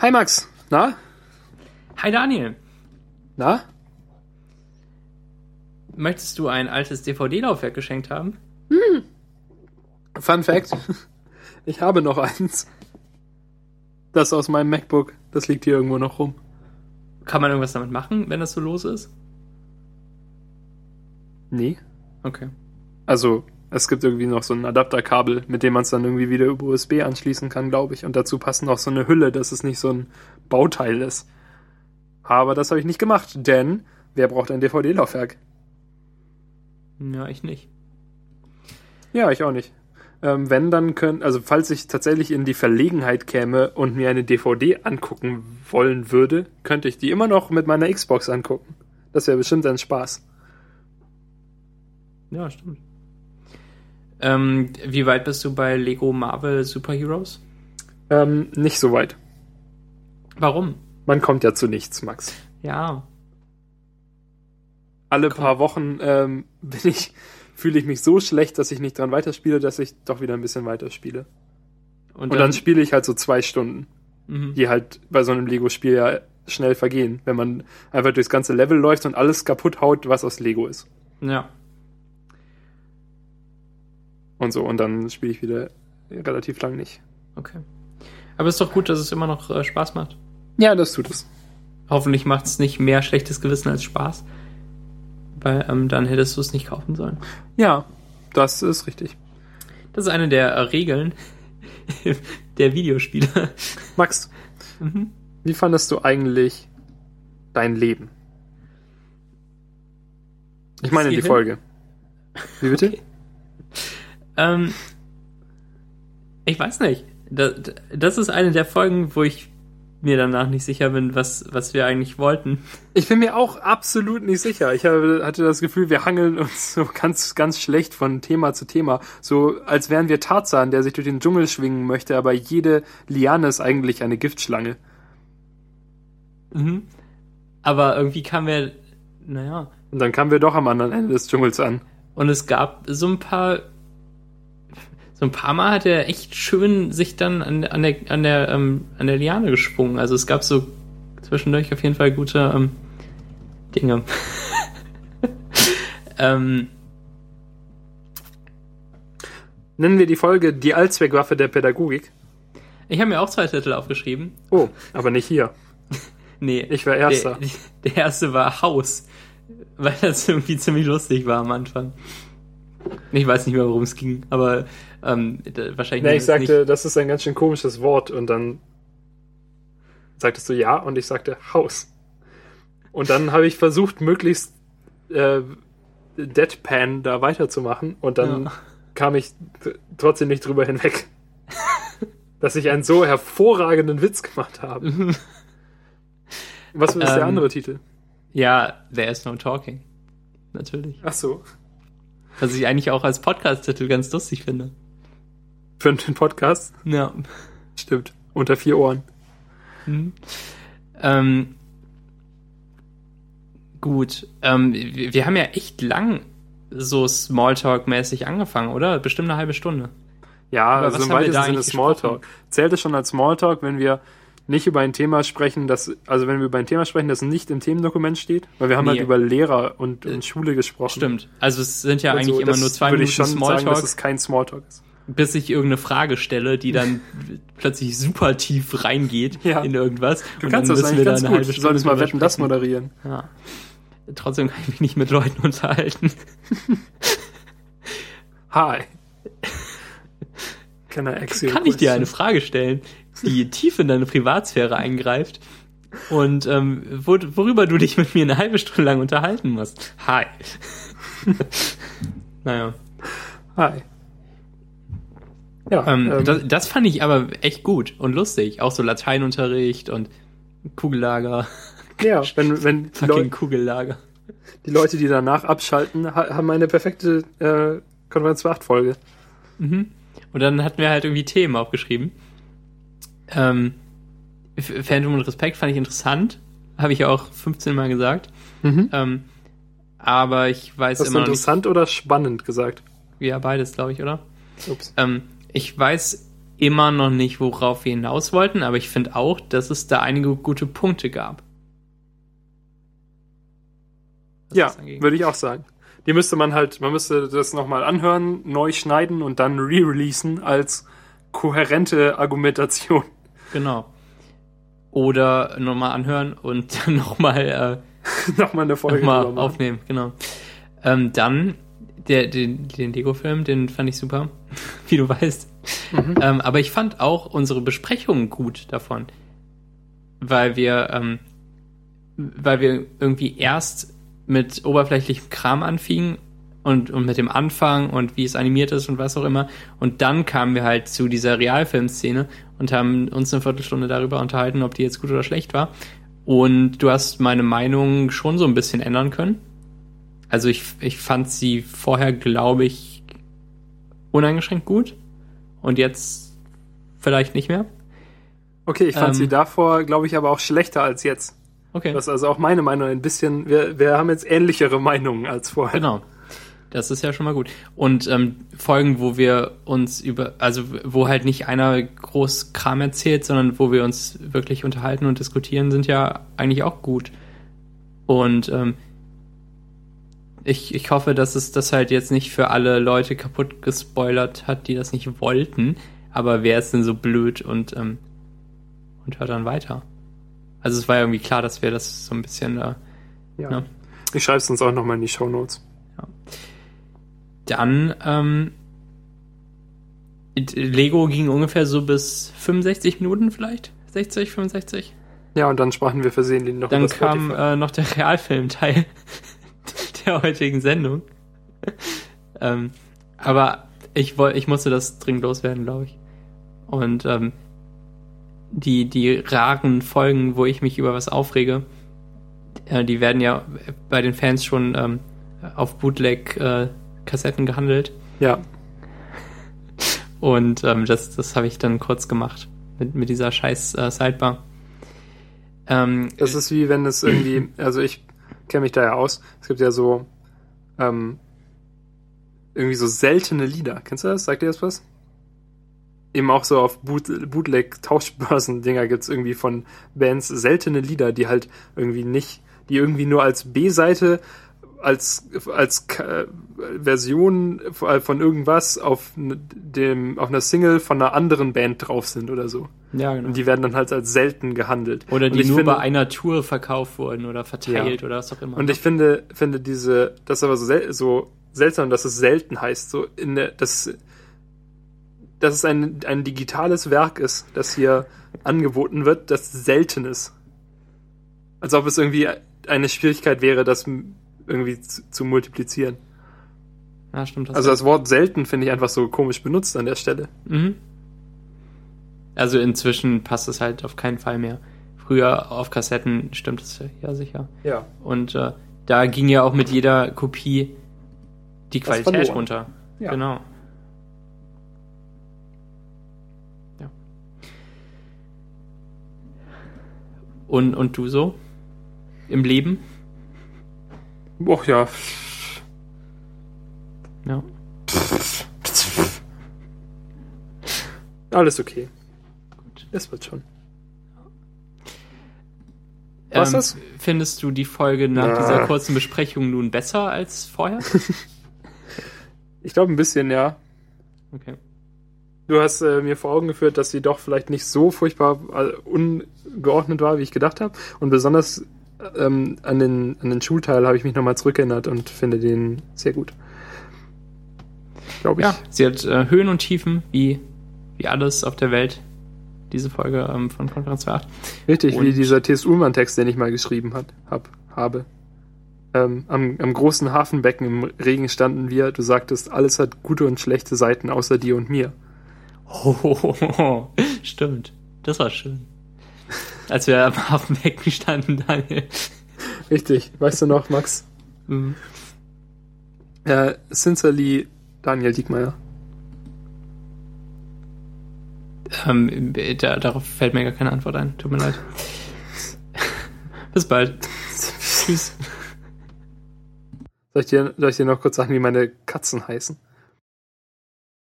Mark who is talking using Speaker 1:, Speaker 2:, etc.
Speaker 1: Hi Max. Na?
Speaker 2: Hi Daniel,
Speaker 1: Na?
Speaker 2: möchtest du ein altes DVD-Laufwerk geschenkt haben?
Speaker 1: Fun Fact. Ich habe noch eins. Das aus meinem MacBook. Das liegt hier irgendwo noch rum.
Speaker 2: Kann man irgendwas damit machen, wenn das so los ist?
Speaker 1: Nee.
Speaker 2: Okay.
Speaker 1: Also, es gibt irgendwie noch so ein Adapterkabel, mit dem man es dann irgendwie wieder über USB anschließen kann, glaube ich. Und dazu passt noch so eine Hülle, dass es nicht so ein Bauteil ist. Aber das habe ich nicht gemacht, denn wer braucht ein DVD-Laufwerk?
Speaker 2: Ja, ich nicht.
Speaker 1: Ja, ich auch nicht. Ähm, wenn, dann können, also falls ich tatsächlich in die Verlegenheit käme und mir eine DVD angucken wollen würde, könnte ich die immer noch mit meiner Xbox angucken. Das wäre bestimmt ein Spaß.
Speaker 2: Ja, stimmt. Ähm, wie weit bist du bei Lego Marvel Superheroes?
Speaker 1: Ähm, nicht so weit.
Speaker 2: Warum?
Speaker 1: Man kommt ja zu nichts, Max.
Speaker 2: Ja.
Speaker 1: Alle paar Wochen ähm, bin ich, fühle ich mich so schlecht, dass ich nicht dran weiterspiele, dass ich doch wieder ein bisschen weiterspiele. Und dann spiele ich halt so zwei Stunden.
Speaker 2: mhm.
Speaker 1: die halt bei so einem Lego-Spiel ja schnell vergehen, wenn man einfach durchs ganze Level läuft und alles kaputt haut, was aus Lego ist.
Speaker 2: Ja.
Speaker 1: Und so, und dann spiele ich wieder relativ lang nicht.
Speaker 2: Okay. Aber ist doch gut, dass es immer noch äh, Spaß macht.
Speaker 1: Ja, das tut es.
Speaker 2: Hoffentlich macht es nicht mehr schlechtes Gewissen als Spaß. Weil ähm, dann hättest du es nicht kaufen sollen.
Speaker 1: Ja, das ist richtig.
Speaker 2: Das ist eine der äh, Regeln der Videospiele.
Speaker 1: Max,
Speaker 2: Mhm.
Speaker 1: wie fandest du eigentlich dein Leben? Ich meine die
Speaker 2: Steven?
Speaker 1: Folge. Wie bitte?
Speaker 2: Ähm, ich weiß nicht. Das, das ist eine der Folgen, wo ich mir danach nicht sicher bin, was, was wir eigentlich wollten.
Speaker 1: Ich bin mir auch absolut nicht sicher. Ich habe, hatte das Gefühl, wir hangeln uns so ganz, ganz schlecht von Thema zu Thema. So, als wären wir Tarzan, der sich durch den Dschungel schwingen möchte, aber jede Liane ist eigentlich eine Giftschlange.
Speaker 2: Mhm. Aber irgendwie kam mir, naja.
Speaker 1: Und dann kamen wir doch am anderen Ende des Dschungels an.
Speaker 2: Und es gab so ein paar, so ein paar Mal hat er echt schön sich dann an, an der, an der, ähm, an der Liane geschwungen. Also es gab so zwischendurch auf jeden Fall gute ähm, Dinge. ähm,
Speaker 1: Nennen wir die Folge die Allzweckwaffe der Pädagogik.
Speaker 2: ich habe mir auch zwei Titel aufgeschrieben.
Speaker 1: Oh, aber nicht hier.
Speaker 2: Nee.
Speaker 1: Ich war Erster.
Speaker 2: Der, der erste war Haus, weil das irgendwie ziemlich lustig war am Anfang. Ich weiß nicht mehr, worum es ging, aber ähm, da, wahrscheinlich
Speaker 1: Nee,
Speaker 2: nehmen
Speaker 1: ich
Speaker 2: wir es
Speaker 1: sagte, das ist ein ganz schön komisches Wort und dann sagtest du ja und ich sagte Haus. Und dann habe ich versucht, möglichst äh, Deadpan da weiterzumachen und dann
Speaker 2: Ja.
Speaker 1: kam ich t- trotzdem nicht drüber hinweg, dass ich einen so hervorragenden Witz gemacht habe.
Speaker 2: nicht.
Speaker 1: Was ist der
Speaker 2: Ähm.
Speaker 1: andere Titel?
Speaker 2: ja, There is no talking. Natürlich.
Speaker 1: Ach so,
Speaker 2: Was ich eigentlich auch als Podcast-Titel ganz lustig finde.
Speaker 1: für den Podcast?
Speaker 2: Ja.
Speaker 1: Stimmt, unter vier Ohren.
Speaker 2: Mhm. Ähm, gut. Ähm, wir, wir haben ja echt lang so Smalltalk-mäßig angefangen, oder? Bestimmt eine halbe Stunde.
Speaker 1: Ja,
Speaker 2: Aber
Speaker 1: also
Speaker 2: was
Speaker 1: im
Speaker 2: haben wir da
Speaker 1: weitesten Sinne
Speaker 2: eigentlich
Speaker 1: Smalltalk. Zählt es schon als Smalltalk, wenn wir nicht über ein Thema sprechen, das, also wenn wir über ein Thema sprechen, das nicht im Themendokument steht? Weil wir haben
Speaker 2: Nee. Äh,
Speaker 1: halt über Lehrer und, und Schule gesprochen.
Speaker 2: Stimmt. Also es sind ja
Speaker 1: Und
Speaker 2: eigentlich
Speaker 1: so,
Speaker 2: immer
Speaker 1: das
Speaker 2: nur zwei
Speaker 1: würde
Speaker 2: Minuten
Speaker 1: ich schon
Speaker 2: Smalltalk.
Speaker 1: sagen, dass es kein Smalltalk ist.
Speaker 2: bis ich irgendeine Frage stelle, die dann plötzlich super tief reingeht
Speaker 1: Ja.
Speaker 2: in irgendwas.
Speaker 1: Du kannst das eigentlich ganz gut. Du solltest mal wetten, das moderieren.
Speaker 2: Ja. Trotzdem kann ich mich nicht mit Leuten unterhalten.
Speaker 1: Hi. Can I ask you a
Speaker 2: kann ich dir eine
Speaker 1: question?
Speaker 2: Frage stellen, die tief in deine Privatsphäre eingreift und ähm, wo, worüber du dich mit mir eine halbe Stunde lang unterhalten musst? Hi. naja.
Speaker 1: Hi. Ja,
Speaker 2: Ähm,
Speaker 1: ähm,
Speaker 2: das, das fand ich aber echt gut und lustig. Auch so Lateinunterricht und Kugellager.
Speaker 1: ja wenn, wenn die,
Speaker 2: Fucking
Speaker 1: Leu
Speaker 2: Kugellager.
Speaker 1: die Leute, die danach abschalten, ha haben eine perfekte äh, Konferenz 8 Folge.
Speaker 2: Mhm. Und dann hatten wir halt irgendwie Themen aufgeschrieben. Ähm, F- Phantom und Respekt fand ich interessant. Habe ich ja auch 15 Mal gesagt.
Speaker 1: Mhm.
Speaker 2: Ähm, aber ich weiß
Speaker 1: Hast du
Speaker 2: immer noch nicht.
Speaker 1: interessant oder spannend gesagt?
Speaker 2: Ja, beides, glaube ich, oder?
Speaker 1: Ups.
Speaker 2: Ähm, ich weiß immer noch nicht, worauf wir hinaus wollten, aber ich finde auch, dass es da einige gute Punkte gab.
Speaker 1: ja, würde ich auch sagen. Die müsste man halt, man müsste das nochmal anhören, neu schneiden und dann re-releasen als kohärente Argumentation.
Speaker 2: Genau. Oder nochmal anhören und äh, dann nochmal
Speaker 1: nochmal eine
Speaker 2: äh,
Speaker 1: Folge
Speaker 2: nochmal
Speaker 1: drüber machen.
Speaker 2: aufnehmen, genau. Ähm, dann der, den, den Lego-Film, den fand ich super, wie du weißt. Ähm, aber ich fand auch unsere Besprechungen gut davon, weil wir, ähm, weil wir irgendwie erst mit oberflächlichem Kram anfingen und, und mit dem Anfang und wie es animiert ist und was auch immer. Und dann kamen wir halt zu dieser Realfilmszene und haben uns eine Viertelstunde darüber unterhalten, ob die jetzt gut oder schlecht war. Und du hast meine Meinung schon so ein bisschen ändern können. Also ich, ich fand sie vorher, glaube ich, uneingeschränkt gut. Und jetzt vielleicht nicht mehr.
Speaker 1: Okay, ich fand
Speaker 2: Ähm.
Speaker 1: sie davor, glaube ich, aber auch schlechter als jetzt.
Speaker 2: Okay.
Speaker 1: Das ist also auch meine Meinung ein bisschen, wir, wir haben jetzt ähnlichere Meinungen als vorher.
Speaker 2: Genau. Das ist ja schon mal gut. Und ähm, Folgen, wo wir uns über, also wo halt nicht einer groß Kram erzählt, sondern wo wir uns wirklich unterhalten und diskutieren, sind ja eigentlich auch gut. Und ähm, ich, ich hoffe, dass es das halt jetzt nicht für alle Leute kaputt gespoilert hat, die das nicht wollten. Aber wer ist denn so blöd und, ähm, und hört dann weiter? Also es war ja irgendwie klar, dass wir das so ein bisschen äh,
Speaker 1: Ja.
Speaker 2: Ja.
Speaker 1: Ich schreibe es uns auch nochmal in die Shownotes.
Speaker 2: dann ähm, Lego ging ungefähr so bis 65 Minuten vielleicht, 60, 65.
Speaker 1: Ja, und dann sprachen wir versehentlich noch
Speaker 2: Dann
Speaker 1: über
Speaker 2: kam
Speaker 1: Spotify.
Speaker 2: äh, noch der Realfilmteil der heutigen Sendung. ähm, aber ich wollte, ich musste das dringend loswerden, glaube ich. Und ähm, die die raren Folgen, wo ich mich über was aufrege, äh, die werden ja bei den Fans schon ähm, auf Bootleg-Kassetten gehandelt.
Speaker 1: Ja,
Speaker 2: Und ähm, das, das habe ich dann kurz gemacht mit, mit dieser scheiß äh, Sidebar. Ähm,
Speaker 1: das ist wie wenn es irgendwie, also ich kenne mich da ja aus. Es gibt ja so ähm, irgendwie so seltene Lieder. Kennst du das? Sagt dir das was? Eben auch so auf Boot, Bootleg-Tauschbörsen-Dinger gibt's irgendwie von Bands seltene Lieder, die halt irgendwie nicht, die irgendwie nur als B-Seite, als, als K- äh, Version von irgendwas auf, n- dem, auf einer Single von einer anderen Band drauf sind oder so.
Speaker 2: ja, genau.
Speaker 1: Und die werden dann halt als selten gehandelt.
Speaker 2: oder
Speaker 1: Und
Speaker 2: die
Speaker 1: ich
Speaker 2: nur
Speaker 1: finde-
Speaker 2: bei einer Tour verkauft wurden oder verteilt oder was auch immer.
Speaker 1: Und ich finde, finde diese, das ist aber so, sel so seltsam, dass es selten heißt, so in der, dass, dass es ein, ein digitales Werk ist, das hier angeboten wird, das selten ist. Als ob es irgendwie eine Schwierigkeit wäre, das m- irgendwie zu, zu multiplizieren.
Speaker 2: ja, stimmt. das
Speaker 1: Also
Speaker 2: ja.
Speaker 1: das Wort selten finde ich einfach so komisch benutzt an der Stelle.
Speaker 2: Mhm. Also inzwischen passt es halt auf keinen Fall mehr. Früher auf Kassetten stimmt es ja sicher.
Speaker 1: Ja.
Speaker 2: Und äh, da ging ja auch mit jeder Kopie die
Speaker 1: Was
Speaker 2: Qualität
Speaker 1: verloren.
Speaker 2: runter.
Speaker 1: Ja.
Speaker 2: Genau. Ja. Und, und du so? Im Leben?
Speaker 1: Och ja.
Speaker 2: Ja.
Speaker 1: Alles okay. Das wird schon. Was ist das?
Speaker 2: Findest du die Folge nach
Speaker 1: Na.
Speaker 2: dieser kurzen Besprechung nun besser als vorher?
Speaker 1: Ich glaube ein bisschen, ja.
Speaker 2: Okay.
Speaker 1: Du hast äh, mir vor Augen geführt, dass sie doch vielleicht nicht so furchtbar äh, ungeordnet war, wie ich gedacht habe. Und besonders ähm, an, den, an den Schulteil habe ich mich nochmal zurückerinnert und finde den sehr gut. Glaube ich.
Speaker 2: Ja, sie hat äh, Höhen und Tiefen, wie, wie alles auf der Welt. Diese Folge ähm, von Konferenz 2.8.
Speaker 1: Richtig, wie
Speaker 2: Und-
Speaker 1: dieser T.S. Ullmann-Text, den ich mal geschrieben hat, hab, habe. Ähm, am, am großen Hafenbecken im Regen standen wir. Du sagtest, alles hat gute und schlechte Seiten, außer dir und mir.
Speaker 2: Oh, stimmt. Das war schön. Als wir am Hafenbecken standen, Daniel.
Speaker 1: Richtig, weißt du noch, Max?
Speaker 2: Mhm.
Speaker 1: Äh, Sincerely, Daniel Diekmeyer.
Speaker 2: Ähm, da, darauf fällt mir gar keine Antwort ein. Tut mir leid. Bis bald. Tschüss.
Speaker 1: Soll ich, dir, soll ich dir noch kurz sagen, wie meine Katzen heißen?